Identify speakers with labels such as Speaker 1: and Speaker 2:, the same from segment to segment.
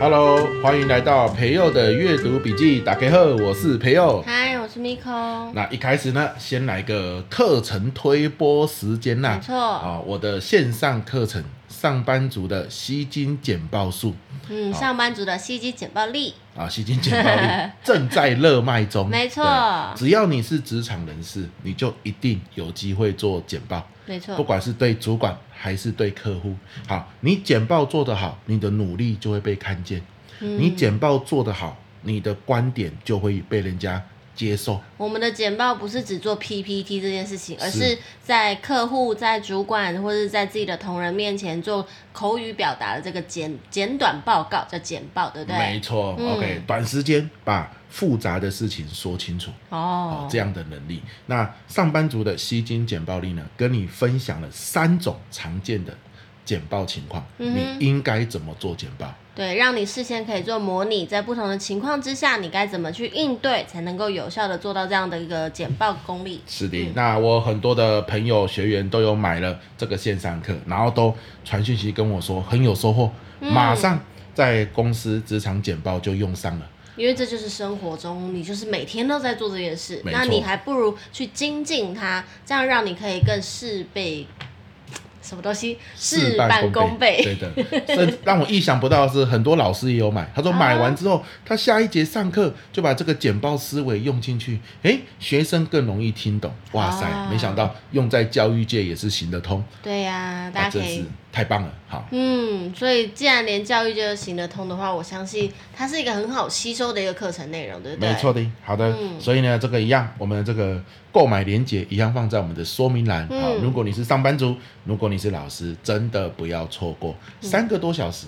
Speaker 1: Hello，欢迎来到培佑的阅读笔记。打开后，我是培佑。
Speaker 2: 嗨，我是 Miko。
Speaker 1: 那一开始呢，先来个课程推播时间啦。
Speaker 2: 没错
Speaker 1: 啊、我的线上课程《上班族的吸金简报术
Speaker 2: 嗯，上班族的吸金简报力，》
Speaker 1: 啊，吸金简报 力正在热卖中。
Speaker 2: 没错
Speaker 1: 对只要你是职场人士，你就一定有机会做简报。
Speaker 2: 没
Speaker 1: 不
Speaker 2: 错，
Speaker 1: 管是对主管还是对客户，好，你简报做得好，你的努力就会被看见；
Speaker 2: 嗯
Speaker 1: 你简报做得好，你的观点就会被人家接受。
Speaker 2: 我们的简报不是只做 PPT 这件事情，而
Speaker 1: 是
Speaker 2: 是在客户、在主管或者在自己的同仁面前做口语表达的这个简简短报告，叫简报，对不
Speaker 1: 没
Speaker 2: 对？
Speaker 1: 错、
Speaker 2: 嗯
Speaker 1: o k 短时间把复杂的事情说清楚，哦
Speaker 2: 哦，，
Speaker 1: 这样的能力。那上班族的吸金简报力呢，跟你分享了三种常见的简报情况，
Speaker 2: 嗯哼
Speaker 1: 你应该怎么做简报？
Speaker 2: 对，让你事先可以做模拟，在不同的情况之下，你该怎么去应对，才能够有效的做到这样的一个简报功力。
Speaker 1: 是的，那我很多的朋友学员都有买了这个线上课，然后都传讯息跟我说很有收获，
Speaker 2: 嗯
Speaker 1: 马上在公司职场简报就用上了。
Speaker 2: 因为这就是生活中，你就是每天都在做这件事，
Speaker 1: 没
Speaker 2: 那
Speaker 1: 错
Speaker 2: 你还不如去精进它，这样让你可以更事倍什么东西事半功
Speaker 1: 对
Speaker 2: 倍。
Speaker 1: 的。 甚让我意想不到的是，很多老师也有买。他说买完之后，他下一节上课就把这个简报思维用进去，诶，学生更容易听懂。哇塞，
Speaker 2: 啊
Speaker 1: 没想到用在教育界也是行得通，
Speaker 2: 对呀、大
Speaker 1: 那
Speaker 2: 家可
Speaker 1: 啊真是
Speaker 2: 以。
Speaker 1: 太棒了。好，
Speaker 2: 嗯，所以既然连教育就行得通的话，我相信它是一个很好吸收的一个课程内容，对不对？嗯
Speaker 1: 没错的，好的，所以呢，这个一样，我们这个购买链接一样放在我们的说明栏。好、
Speaker 2: 嗯
Speaker 1: 如果你是上班族，如果你是老师，真的不要错过、
Speaker 2: 嗯
Speaker 1: 三个多小时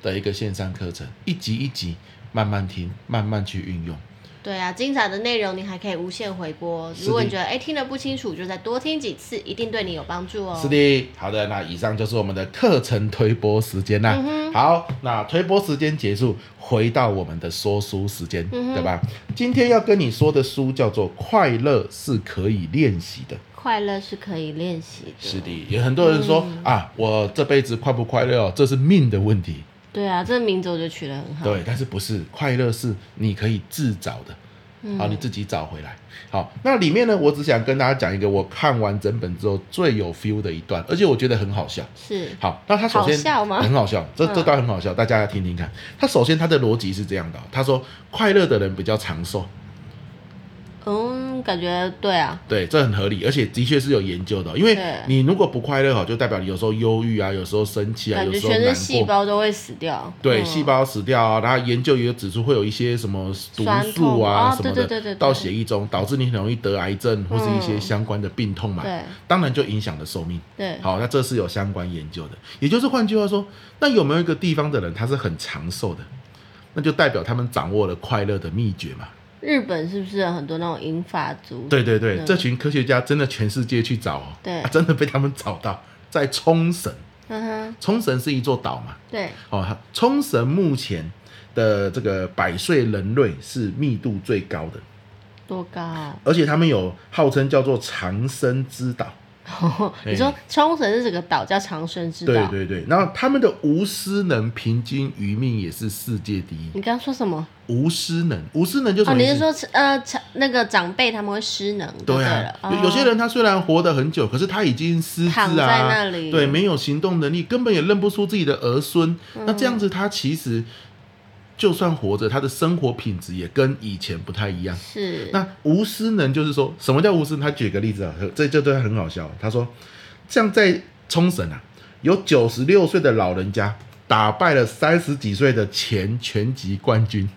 Speaker 1: 的一个线上课程，一集一集慢慢听，慢慢去运用。
Speaker 2: 对啊，精彩的内容你还可以无限回播。
Speaker 1: 是的
Speaker 2: 如果你觉得哎听得不清楚，就再多听几次，一定对你有帮助哦。
Speaker 1: 是的，好的，那以上就是我们的课程推播时间
Speaker 2: 嗯
Speaker 1: 啦。好，那推播时间结束，回到我们的说书时间，
Speaker 2: 嗯
Speaker 1: 对吧？今天要跟你说的书叫做《快乐是可以练习的》。
Speaker 2: 快乐是可以练习的。
Speaker 1: 是的，有很多人说、
Speaker 2: 嗯
Speaker 1: 啊，我这辈子快不快乐哦，这是命的问题。
Speaker 2: 对啊，这个名字我就取得很好。
Speaker 1: 对，但是不是快乐是你可以自找的，
Speaker 2: 嗯
Speaker 1: 好、你自己找回来。好，那里面呢，我只想跟大家讲一个我看完整本之后最有 feel 的一段，而且我觉得很好笑。
Speaker 2: 是，
Speaker 1: 好，那他首先
Speaker 2: 好笑吗
Speaker 1: 很好笑，这这
Speaker 2: 嗯
Speaker 1: 段很好笑，大家要听听看。他首先他的逻辑是这样的哦，他说快乐的人比较长寿，
Speaker 2: 嗯，感觉对啊，
Speaker 1: 对，这很合理，而且的确是有研究的哦，因为
Speaker 2: 对
Speaker 1: 你如果不快乐哦，就代表你有时候忧郁啊，有时候生气啊，
Speaker 2: 感
Speaker 1: 有
Speaker 2: 觉
Speaker 1: 时候
Speaker 2: 全
Speaker 1: 难
Speaker 2: 身细
Speaker 1: 过。
Speaker 2: 胞都会死掉。
Speaker 1: 对，
Speaker 2: 嗯
Speaker 1: 细胞死掉啊，然后研究也有指出会有一些什么毒
Speaker 2: 酸
Speaker 1: 素
Speaker 2: 痛
Speaker 1: 啊
Speaker 2: 哦
Speaker 1: 什么
Speaker 2: 对对对
Speaker 1: 的
Speaker 2: 对对
Speaker 1: 到血液中，导致你很容易得癌症或是一些相关的病痛嘛，
Speaker 2: 对
Speaker 1: 当然就影响了寿命。
Speaker 2: 对，
Speaker 1: 好，那这是有相关研究的，也就是换句话说，那有没有一个地方的人他是很长寿的？那就代表他们掌握了快乐的秘诀嘛？
Speaker 2: 日本是不是有很多那种银发族？
Speaker 1: 对对对，
Speaker 2: 嗯
Speaker 1: 这群科学家真的全世界去找哦，
Speaker 2: 对
Speaker 1: 啊真的被他们找到，在冲绳，
Speaker 2: 嗯哼，
Speaker 1: 冲绳是一座岛嘛，
Speaker 2: 对，
Speaker 1: 哦，冲绳目前的这个百岁人类是密度最高的，
Speaker 2: 多 高？啊
Speaker 1: 而且他们有号称叫做长生之岛。
Speaker 2: 你说冲绳是整个岛叫长生
Speaker 1: 哎
Speaker 2: 之
Speaker 1: 对
Speaker 2: 岛？
Speaker 1: 对对，然后他们的无私能平均余命也是世界第一。
Speaker 2: 你刚刚说什么？
Speaker 1: 无私能，无私能就什
Speaker 2: 哦，
Speaker 1: 么
Speaker 2: 你
Speaker 1: 意思？
Speaker 2: 是说呃，长那个长辈他们会失能？就
Speaker 1: 对
Speaker 2: 对
Speaker 1: 啊
Speaker 2: 了，哦
Speaker 1: 有有些人他虽然活得很久，可是他已经失智啊，
Speaker 2: 躺在那里
Speaker 1: 对，没有行动能力，根本也认不出自己的儿孙。那这
Speaker 2: 嗯
Speaker 1: 样子，他其实就算活着，他的生活品质也跟以前不太一样。
Speaker 2: 是
Speaker 1: 那无私能就是说什么叫无私能？他举个例子啊，这这对他很好笑。啊他说，像在冲绳啊，有九十六岁的老人家打败了三十几岁的前拳击冠军，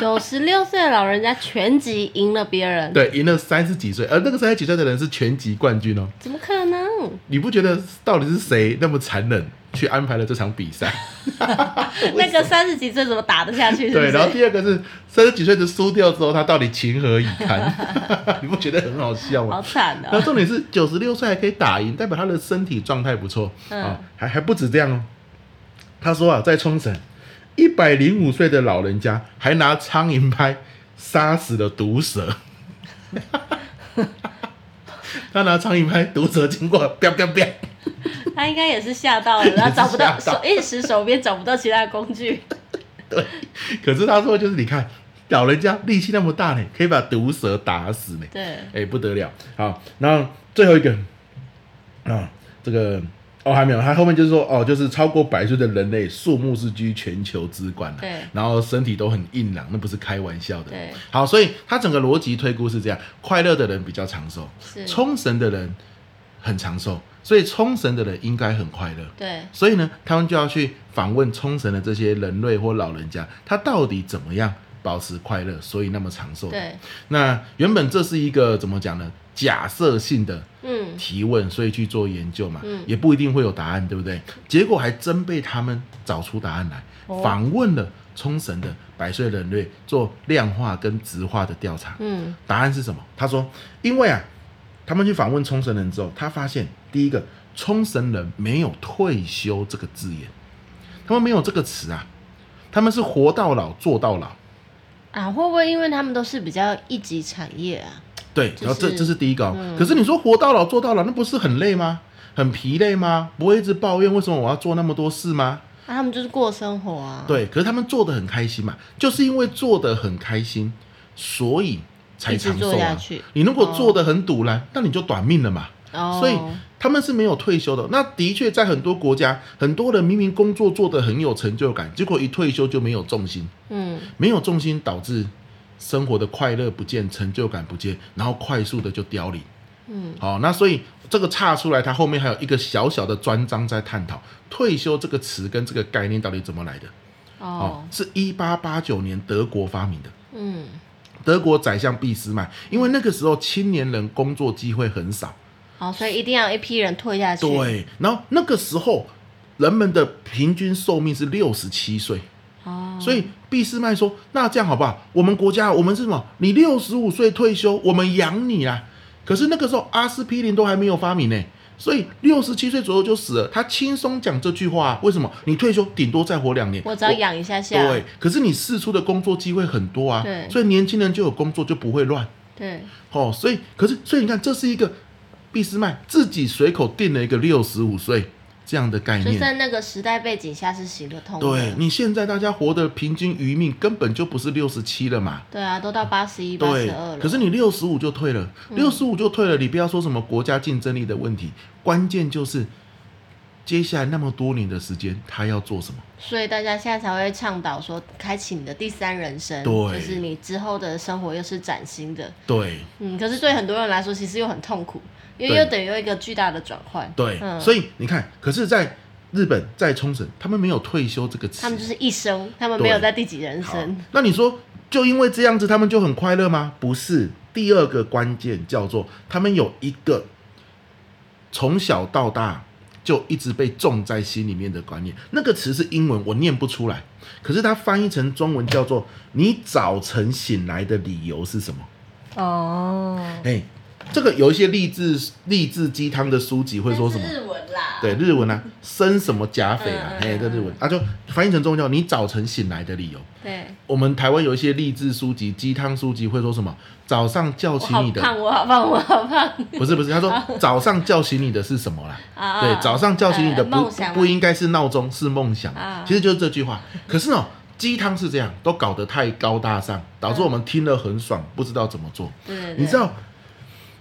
Speaker 2: 九十六岁的老人家全集赢了别人，
Speaker 1: 对，赢了三十几岁，而那个三十几岁的人是拳击冠军哦。
Speaker 2: 怎么可能？
Speaker 1: 你不觉得到底是谁那么残忍去安排了这场比赛？
Speaker 2: 那个三十几岁怎么打得下去？是不
Speaker 1: 对，
Speaker 2: 是
Speaker 1: 然后第二个是三十几岁的输掉之后，他到底情何以堪？ 你不觉得很好笑吗
Speaker 2: 好？惨
Speaker 1: 然后
Speaker 2: 哦。
Speaker 1: 重点是九十六岁还可以打赢，代表他的身体状态不错啊、
Speaker 2: 嗯
Speaker 1: 还还不止这样哦。他说啊，在冲绳，一百零五岁的老人家还拿苍蝇拍杀死了毒蛇， 他拿苍蝇拍，读者经过，彪彪彪，
Speaker 2: 他应该也是吓到 了，他找不
Speaker 1: 也
Speaker 2: 到
Speaker 1: 是吓
Speaker 2: 手
Speaker 1: 到，
Speaker 2: 一时手边找不到其他的工具。
Speaker 1: 对。可是他说就是你看，老人家力气那么大呢，可以把毒蛇打死呢，
Speaker 2: 对，
Speaker 1: 哎、不得了。好，然后最后一个啊，这个哦还没有，他后面就是说哦，就是超过百岁的人类，树木是居全球之冠、啊、
Speaker 2: 对
Speaker 1: 然后身体都很硬朗，那不是开玩笑的。
Speaker 2: 对，
Speaker 1: 好，所以他整个逻辑推估是这样：快乐的人比较长寿，
Speaker 2: 是，
Speaker 1: 冲绳的人很长寿，所以冲绳的人应该很快乐。
Speaker 2: 对，
Speaker 1: 所以呢，他们就要去访问冲绳的这些人类或老人家，他到底怎么样保持快乐，所以那么长寿。
Speaker 2: 对，
Speaker 1: 那原本这是一个怎么讲呢？假设性的
Speaker 2: 嗯，
Speaker 1: 提问，所以去做研究嘛，
Speaker 2: 嗯
Speaker 1: 也不一定会有答案，对不对？结果还真被他们找出答案来，
Speaker 2: 哦
Speaker 1: 访问了冲绳的百岁人类做量化跟质化的调查，
Speaker 2: 嗯，
Speaker 1: 答案是什么？他说，因为啊，他们去访问冲绳人之后，他发现第一个，冲绳人没有退休这个字眼，他们没有这个词啊，他们是活到老做到老。
Speaker 2: 啊，会不会因为他们都是比较一级产业啊？
Speaker 1: 对，
Speaker 2: 就
Speaker 1: 然后这
Speaker 2: 是
Speaker 1: 这是第一个、哦
Speaker 2: 嗯
Speaker 1: 可是你说活到老做到老，那不是很累吗？很疲累吗？不会一直抱怨为什么我要做那么多事吗？
Speaker 2: 啊，他们就是过生活啊。，
Speaker 1: 对，可是他们做的很开心嘛，就是因为做的很开心，所以才
Speaker 2: 一直
Speaker 1: 长
Speaker 2: 做
Speaker 1: 寿
Speaker 2: 下
Speaker 1: 啊
Speaker 2: 去。
Speaker 1: 你如果做的很堵然，那你就短命了嘛。
Speaker 2: 哦，
Speaker 1: 所以他们是没有退休的。那的确，在很多国家，很多人明明工作做得很有成就感，结果一退休就没有重心，
Speaker 2: 嗯，
Speaker 1: 没有重心导致生活的快乐不见，成就感不见，然后快速的就凋零。
Speaker 2: 嗯，
Speaker 1: 好、那所以这个岔出来，它后面还有一个小小的专章在探讨退休这个词跟这个概念到底怎么来的。
Speaker 2: 哦，
Speaker 1: 是一八八九年德国发明的。
Speaker 2: 嗯，
Speaker 1: 德国宰相俾斯麦，因为那个时候青年人工作机会很少，
Speaker 2: 哦，所以一定要一批人退下去。，
Speaker 1: 对，然后那个时候人们的平均寿命是六十七岁，
Speaker 2: 哦，
Speaker 1: 所以俾斯麦说：“那这样好不好？我们国家我们是什么？你六十五岁退休，我们养你啊。”可是那个时候阿司匹林都还没有发明呢，所以六十七岁左右就死了。他轻松讲这句话啊、为什么？你退休顶多再活两年，
Speaker 2: 我只要养一下下。
Speaker 1: 对，可是你试出的工作机会很多啊
Speaker 2: 对，
Speaker 1: 所以年轻人就有工作，就不会乱。
Speaker 2: 对，
Speaker 1: 哦，所以可是所以你看，这是一个俾斯麦自己随口定了一个六十五岁这样的概
Speaker 2: 就
Speaker 1: 念。
Speaker 2: 在那个时代背景下是行得通的。
Speaker 1: 对你现在大家活的平均余命根本就不是六十七了嘛。
Speaker 2: 对啊，都到八十一、八
Speaker 1: 对
Speaker 2: 十二了。，嗯
Speaker 1: 可是你六十五就退了，六十五就退了，你不要说什么国家竞争力的问题，关键就是接下来那么多年的时间，他要做什么？
Speaker 2: 所以大家现在才会倡导说，开启你的第三人生，
Speaker 1: 对
Speaker 2: 就是你之后的生活又是崭新的。
Speaker 1: 对，
Speaker 2: 嗯，可是对很多人来说，其实又很痛苦，因为
Speaker 1: 对
Speaker 2: 又等于有一个巨大的转换。
Speaker 1: 对，
Speaker 2: 嗯
Speaker 1: 所以你看，可是，在日本，在冲绳，他们没有退休这个词，
Speaker 2: 他们就是一生，他们没有在第几人
Speaker 1: 好
Speaker 2: 生。，
Speaker 1: 那你说，就因为这样子，他们就很快乐吗？不是，第二个关键叫做他们有一个从小到大就一直被种在心里面的观念。那个词是英文，我念不出来，可是它翻译成中文叫做“你早晨醒来的理由是什么
Speaker 2: 哦”？，
Speaker 1: 哎，这个有一些励志励志鸡汤的书籍会说什么？
Speaker 2: 日文啦。
Speaker 1: 对日文啊，生什么甲斐啊，
Speaker 2: 嗯嗯
Speaker 1: 哎、这日文
Speaker 2: 嗯
Speaker 1: 啊，就翻译成中文叫“你早晨醒来的理由”。
Speaker 2: 对，
Speaker 1: 我们台湾有一些励志书籍、鸡汤书籍会说什么？早上叫
Speaker 2: 我
Speaker 1: 醒
Speaker 2: 好
Speaker 1: 你的
Speaker 2: 胖，我好胖，我好胖
Speaker 1: 不是不是，他 说早上叫醒你的是什么啦？
Speaker 2: 啊！
Speaker 1: 对，早上叫醒你的
Speaker 2: 呃
Speaker 1: 不
Speaker 2: 梦
Speaker 1: 不
Speaker 2: 想
Speaker 1: 不应该是闹钟，是梦想
Speaker 2: 啊。
Speaker 1: 其实就是这句话。可是哦，鸡汤是这样，都搞得太高大上，导
Speaker 2: 嗯
Speaker 1: 致我们听了很爽，不知道怎么做。
Speaker 2: 对对对，
Speaker 1: 你知道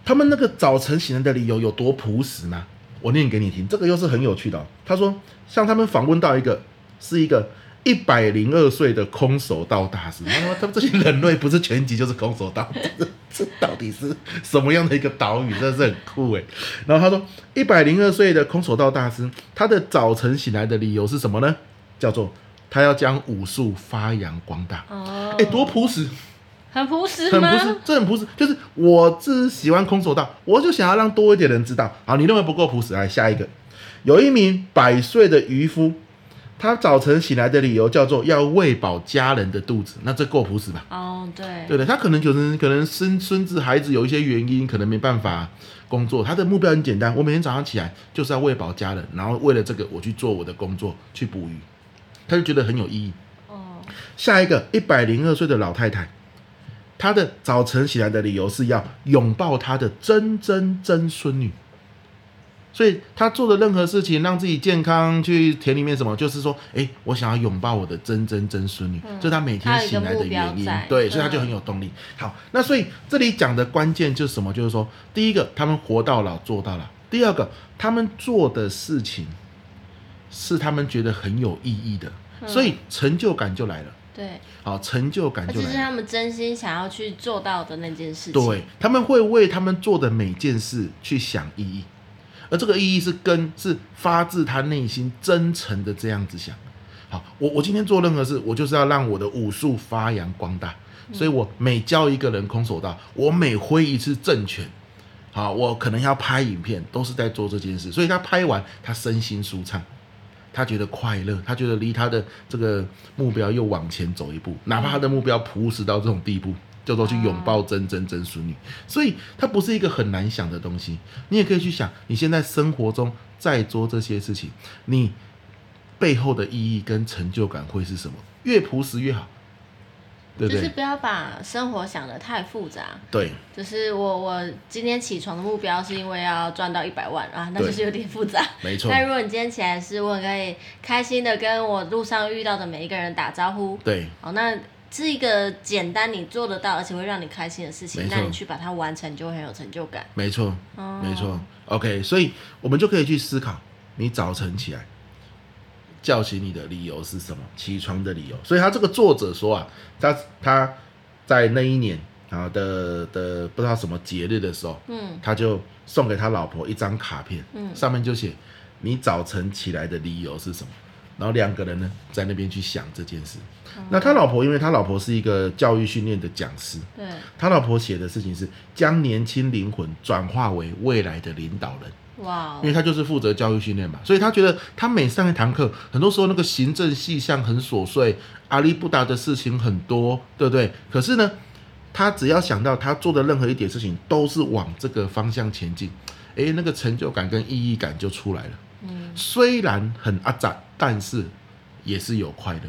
Speaker 1: 他们那个早晨醒来的理由有多朴实吗？我念给你听，这个又是很有趣的、哦。他说，像他们访问到一个是一个一百零二岁的空手道大师，他说他们这些人类不是拳击就是空手道，这这到底是什么样的一个岛屿？真的是很酷诶。然后他说，一百零二岁的空手道大师，他的早晨醒来的理由是什么呢？叫做他要将武术发扬光大。
Speaker 2: 哦，
Speaker 1: 哎，多朴实！
Speaker 2: 很朴实
Speaker 1: 很
Speaker 2: 吗？
Speaker 1: 不是，这很不是，就是我只喜欢空手道，我就想要让多一点人知道。好，你认为不够朴实，来下一个，有一名百岁的渔夫，他早晨醒来的理由叫做要喂饱家人的肚子，那这够朴实吧？
Speaker 2: 哦，对，
Speaker 1: 对的，他可能可能可能孙孙子孩子有一些原因，可能没办法工作，他的目标很简单，我每天早上起来就是要喂饱家人，然后为了这个我去做我的工作，去捕鱼，他就觉得很有意义。
Speaker 2: 哦，
Speaker 1: 下一个一百零二岁的老太太，他的早晨起来的理由是要拥抱他的曾曾曾孙女。所以他做的任何事情，让自己健康，去田里面什么，就是说，哎，我想要拥抱我的曾曾曾孙女，这是他每天醒来的
Speaker 2: 嗯他有一个
Speaker 1: 原
Speaker 2: 目
Speaker 1: 因
Speaker 2: 标在。
Speaker 1: 对，所以
Speaker 2: 嗯
Speaker 1: 他就很有动力。好，那所以这里讲的关键就是什么？就是说，第一个，他们活到老，做到老；第二个，他们做的事情是他们觉得很有意义的，
Speaker 2: 嗯
Speaker 1: 所以成就感就来了。
Speaker 2: 对，
Speaker 1: 好，成就感
Speaker 2: 而
Speaker 1: 就
Speaker 2: 且是
Speaker 1: 来了。
Speaker 2: 他们真心想要去做到的那件事情。
Speaker 1: 对，他们会为他们做的每件事去想意义，而这个意义是跟是发自他内心真诚的这样子想。好，我我今天做任何事，我就是要让我的武术发扬光大，所以我每教一个人空手道，我每挥一次正拳。好，我可能要拍影片，都是在做这件事，所以他拍完，他身心舒畅，他觉得快乐，他觉得离他的这个目标又往前走一步，哪怕他的目标朴实到这种地步，叫做去拥抱真真真淑女，所以它不是一个很难想的东西。你也可以去想，你现在生活中在做这些事情，你背后的意义跟成就感会是什么？越朴实越好，对不
Speaker 2: 就
Speaker 1: 对？
Speaker 2: 是不要把生活想得太复杂。
Speaker 1: 对
Speaker 2: 就是我我今天起床的目标是因为要赚到一百万啊，那就是有点复杂。
Speaker 1: 没错
Speaker 2: 但如果你今天起来是我可以开心的跟我路上遇到的每一个人打招呼，
Speaker 1: 对
Speaker 2: 哦，那是一个简单你做得到，而且会让你开心的事情，
Speaker 1: 没错
Speaker 2: 那你去把它完成，就会很有成就感。
Speaker 1: 没错，
Speaker 2: 哦
Speaker 1: 没错。OK，所以我们就可以去思考，你早晨起来叫醒你的理由是什么？起床的理由。所以他这个作者说啊，他他在那一年然后的的不知道什么节日的时候，
Speaker 2: 嗯
Speaker 1: 他就送给他老婆一张卡片，
Speaker 2: 嗯
Speaker 1: 上面就写你早晨起来的理由是什么。然后两个人呢，在那边去想这件事。
Speaker 2: 哦
Speaker 1: 那他老婆，因为他老婆是一个教育训练的讲师，
Speaker 2: 对，
Speaker 1: 他老婆写的事情是将年轻灵魂转化为未来的领导人，
Speaker 2: 哇哦
Speaker 1: 因，为他就是负责教育训练嘛，所以他觉得他每上一堂课，很多时候那个行政细项很琐碎，阿里不达的事情很多，对不对？可是呢，他只要想到他做的任何一点事情都是往这个方向前进，诶，那个成就感跟意义感就出来了。
Speaker 2: 嗯，
Speaker 1: 虽然很阿杂，但是也是有快乐。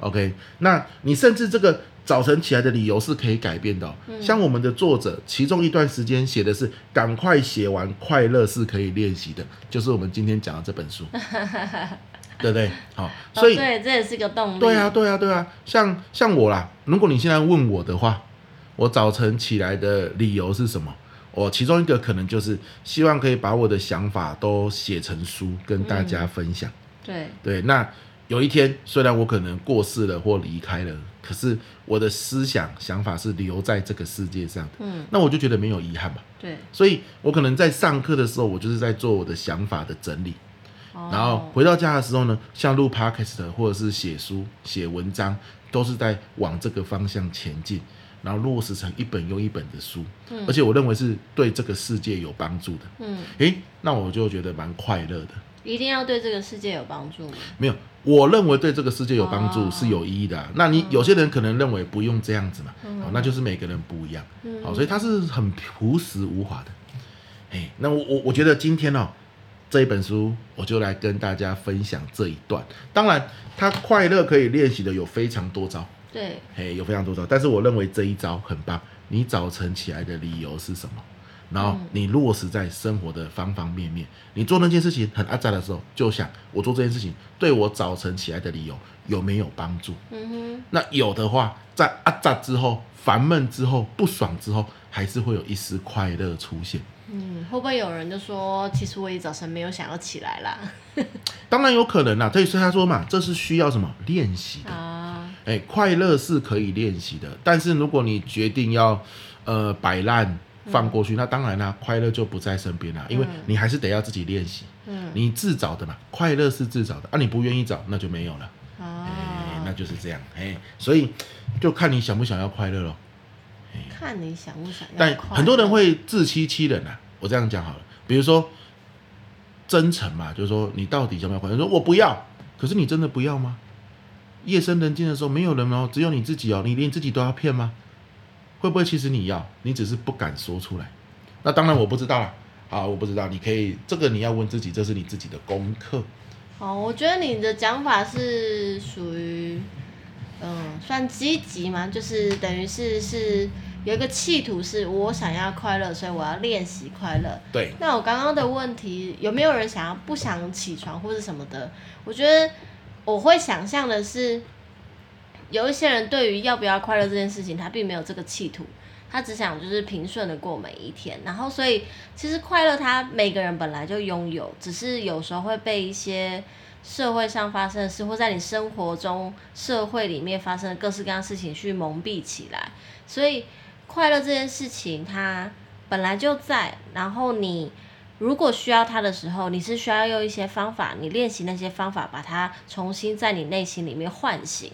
Speaker 1: OK，那你甚至这个早晨起来的理由是可以改变的哦、像我们的作者，其中一段时间写的是“赶快写完，快乐是可以练习的”，就是我们今天讲的这本书，对不对？好，所以、
Speaker 2: 哦、对，这也是个动力。
Speaker 1: 对啊，，对啊，对啊，像像我啦，如果你现在问我的话，我早晨起来的理由是什么？我其中一个可能就是希望可以把我的想法都写成书跟大家分享。
Speaker 2: 对，
Speaker 1: 对，那有一天虽然我可能过世了或离开了，可是我的思想想法是留在这个世界上的，
Speaker 2: 嗯，
Speaker 1: 那我就觉得没有遗憾吧。
Speaker 2: 对，
Speaker 1: 所以我可能在上课的时候，我就是在做我的想法的整理。
Speaker 2: 哦、
Speaker 1: 然后回到家的时候呢，像录 podcast 或者是写书、写文章，都是在往这个方向前进，然后落实成一本又一本的书，
Speaker 2: 嗯
Speaker 1: 而且我认为是对这个世界有帮助的。
Speaker 2: 嗯，
Speaker 1: 诶，那我就觉得蛮快乐的。
Speaker 2: 一定要对这个世界有帮助嘛。
Speaker 1: 没有，我认为对这个世界有帮
Speaker 2: 哦
Speaker 1: 助是有意义的啊、那你有些人可能认为不用这样子嘛，好，那就是每个人不一样。
Speaker 2: 嗯
Speaker 1: 好，所以它是很朴实无华的。哎，那我我我觉得今天哦，这一本书我就来跟大家分享这一段。当然，他快乐可以练习的有非常多招，
Speaker 2: 对，
Speaker 1: 嘿，有非常多招，但是我认为这一招很棒。你早晨起来的理由是什么？然后你落实在生活的方方面面。你做那件事情很阿杂的时候，就想我做这件事情对我早晨起来的理由有没有帮助？
Speaker 2: 嗯
Speaker 1: 那有的话，在阿杂之后、烦闷之后、不爽之后，还是会有一丝快乐出现。
Speaker 2: 哼，嗯，会不会有人就说，其实我也早晨没有想要起 来啦？
Speaker 1: 当然有可能啦、所以所以他说嘛，这是需要什么练习的。
Speaker 2: 啊，
Speaker 1: 哎，快乐是可以练习的，但是如果你决定要呃摆烂放过去，那当然啦、啊快乐就不在身边啦、因为你还是得要自己练习，
Speaker 2: 嗯，
Speaker 1: 你自找的嘛，快乐是自找的啊，你不愿意找那就没有了，哎、
Speaker 2: 啊，
Speaker 1: 那就是这样，哎，所以就看你想不想要快乐咯。
Speaker 2: 看你想不想要
Speaker 1: 但
Speaker 2: 快乐
Speaker 1: 很多人会自欺欺人啊，我这样讲好了，比如说真诚嘛，就是说你到底想不想快乐？你说我不要，可是你真的不要吗？夜深人静的时候，没有人哦，只有你自己哦，你连自己都要骗吗？会不会其实你要，你只是不敢说出来？那当然我不知道啦，啊，我不知道，你可以这个你要问自己，这是你自己的功课。
Speaker 2: 哦，我觉得你的讲法是属于嗯，算积极嘛，就是等于是是有一个企图，是我想要快乐，所以我要练习快乐。
Speaker 1: 对，
Speaker 2: 那我刚刚的问题，有没有人想要不想起床或是什么的？我觉得我会想象的是，有一些人对于要不要快乐这件事情，他并没有这个企图，他只想就是平顺的过每一天。然后，所以其实快乐，他每个人本来就拥有，只是有时候会被一些社会上发生的事，或在你生活中、社会里面发生的各式各样的事情去蒙蔽起来。所以，快乐这件事情，它本来就在，然后你如果需要它的时候，你是需要用一些方法，你练习那些方法，把它重新在你内心里面唤醒。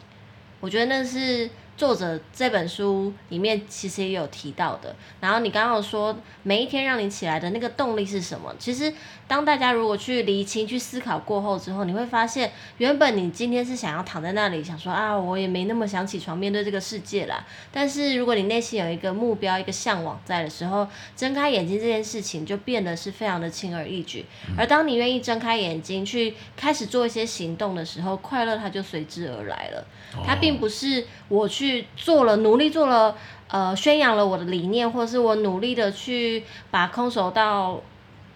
Speaker 2: 我觉得那是作者这本书里面其实也有提到的。然后你刚刚有说每一天让你起来的那个动力是什么？其实当大家如果去厘清、去思考过后之后，你会发现，原本你今天是想要躺在那里，想说啊，我也没那么想起床面对这个世界啦。但是如果你内心有一个目标、一个向往在的时候，睁开眼睛这件事情就变得是非常的轻而易举。而当你愿意睁开眼睛去开始做一些行动的时候，快乐它就随之而来了。它并不是我去做了努力做了，呃，宣扬了我的理念，或者是我努力的去把空手道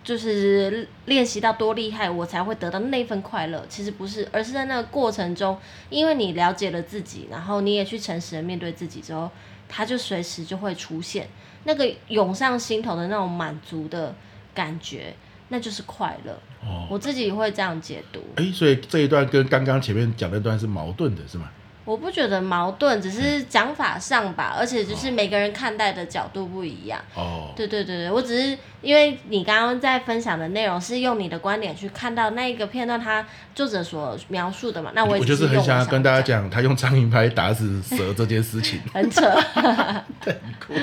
Speaker 2: 就是练习到多厉害，我才会得到那份快乐。其实不是，而是在那个过程中，因为你了解了自己，然后你也去诚实的面对自己之后，它就随时就会出现那个涌上心头的那种满足的感觉，那就是快乐。
Speaker 1: 哦，
Speaker 2: 我自己会这样解读。
Speaker 1: 哎，所以这一段跟刚刚前面讲那段是矛盾的，是吗？
Speaker 2: 我不觉得矛盾，只是讲法上吧，而且就是每个人看待的角度不一样。
Speaker 1: 哦，
Speaker 2: 对对对对，我只是因为你刚刚在分享的内容是用你的观点去看到那一个片段，它作者所描述的嘛，啊那我也
Speaker 1: 我就
Speaker 2: 只
Speaker 1: 是
Speaker 2: 用
Speaker 1: 很
Speaker 2: 我
Speaker 1: 想要跟大家
Speaker 2: 讲，
Speaker 1: 讲，他用苍蝇拍打死蛇这件事情
Speaker 2: 很扯
Speaker 1: 很酷。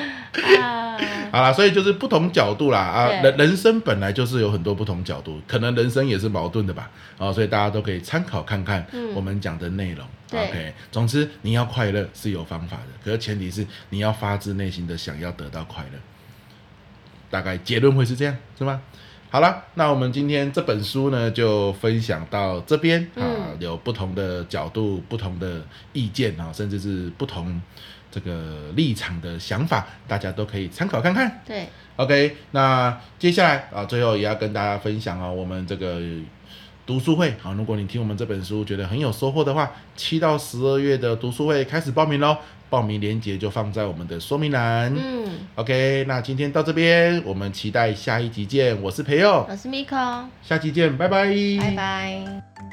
Speaker 2: 啊，
Speaker 1: 好啦，所以就是不同角度啦啊，
Speaker 2: 对
Speaker 1: 人人生本来就是有很多不同角度，可能人生也是矛盾的吧啊，所以大家都可以参考看看
Speaker 2: 嗯
Speaker 1: 我们讲的内容。
Speaker 2: 对
Speaker 1: OK，总之你要快乐是有方法的，可是前提是你要发自内心的想要得到快乐。大概结论会是这样，是吗？好了，那我们今天这本书呢就分享到这边啊、
Speaker 2: 嗯
Speaker 1: 有不同的角度、不同的意见啊，甚至是不同这个立场的想法，大家都可以参考看看。
Speaker 2: 对，
Speaker 1: OK，那接下来啊，最后也要跟大家分享啊，我们这个读书会啊，如果你听我们这本书觉得很有收获的话，七到十二月的读书会开始报名喽，报名链接就放在我们的说明栏。
Speaker 2: 嗯，
Speaker 1: OK，那今天到这边，我们期待下一集见。我是培佑，嗯
Speaker 2: 我是 Miko，
Speaker 1: 下期见，拜拜，
Speaker 2: 拜拜。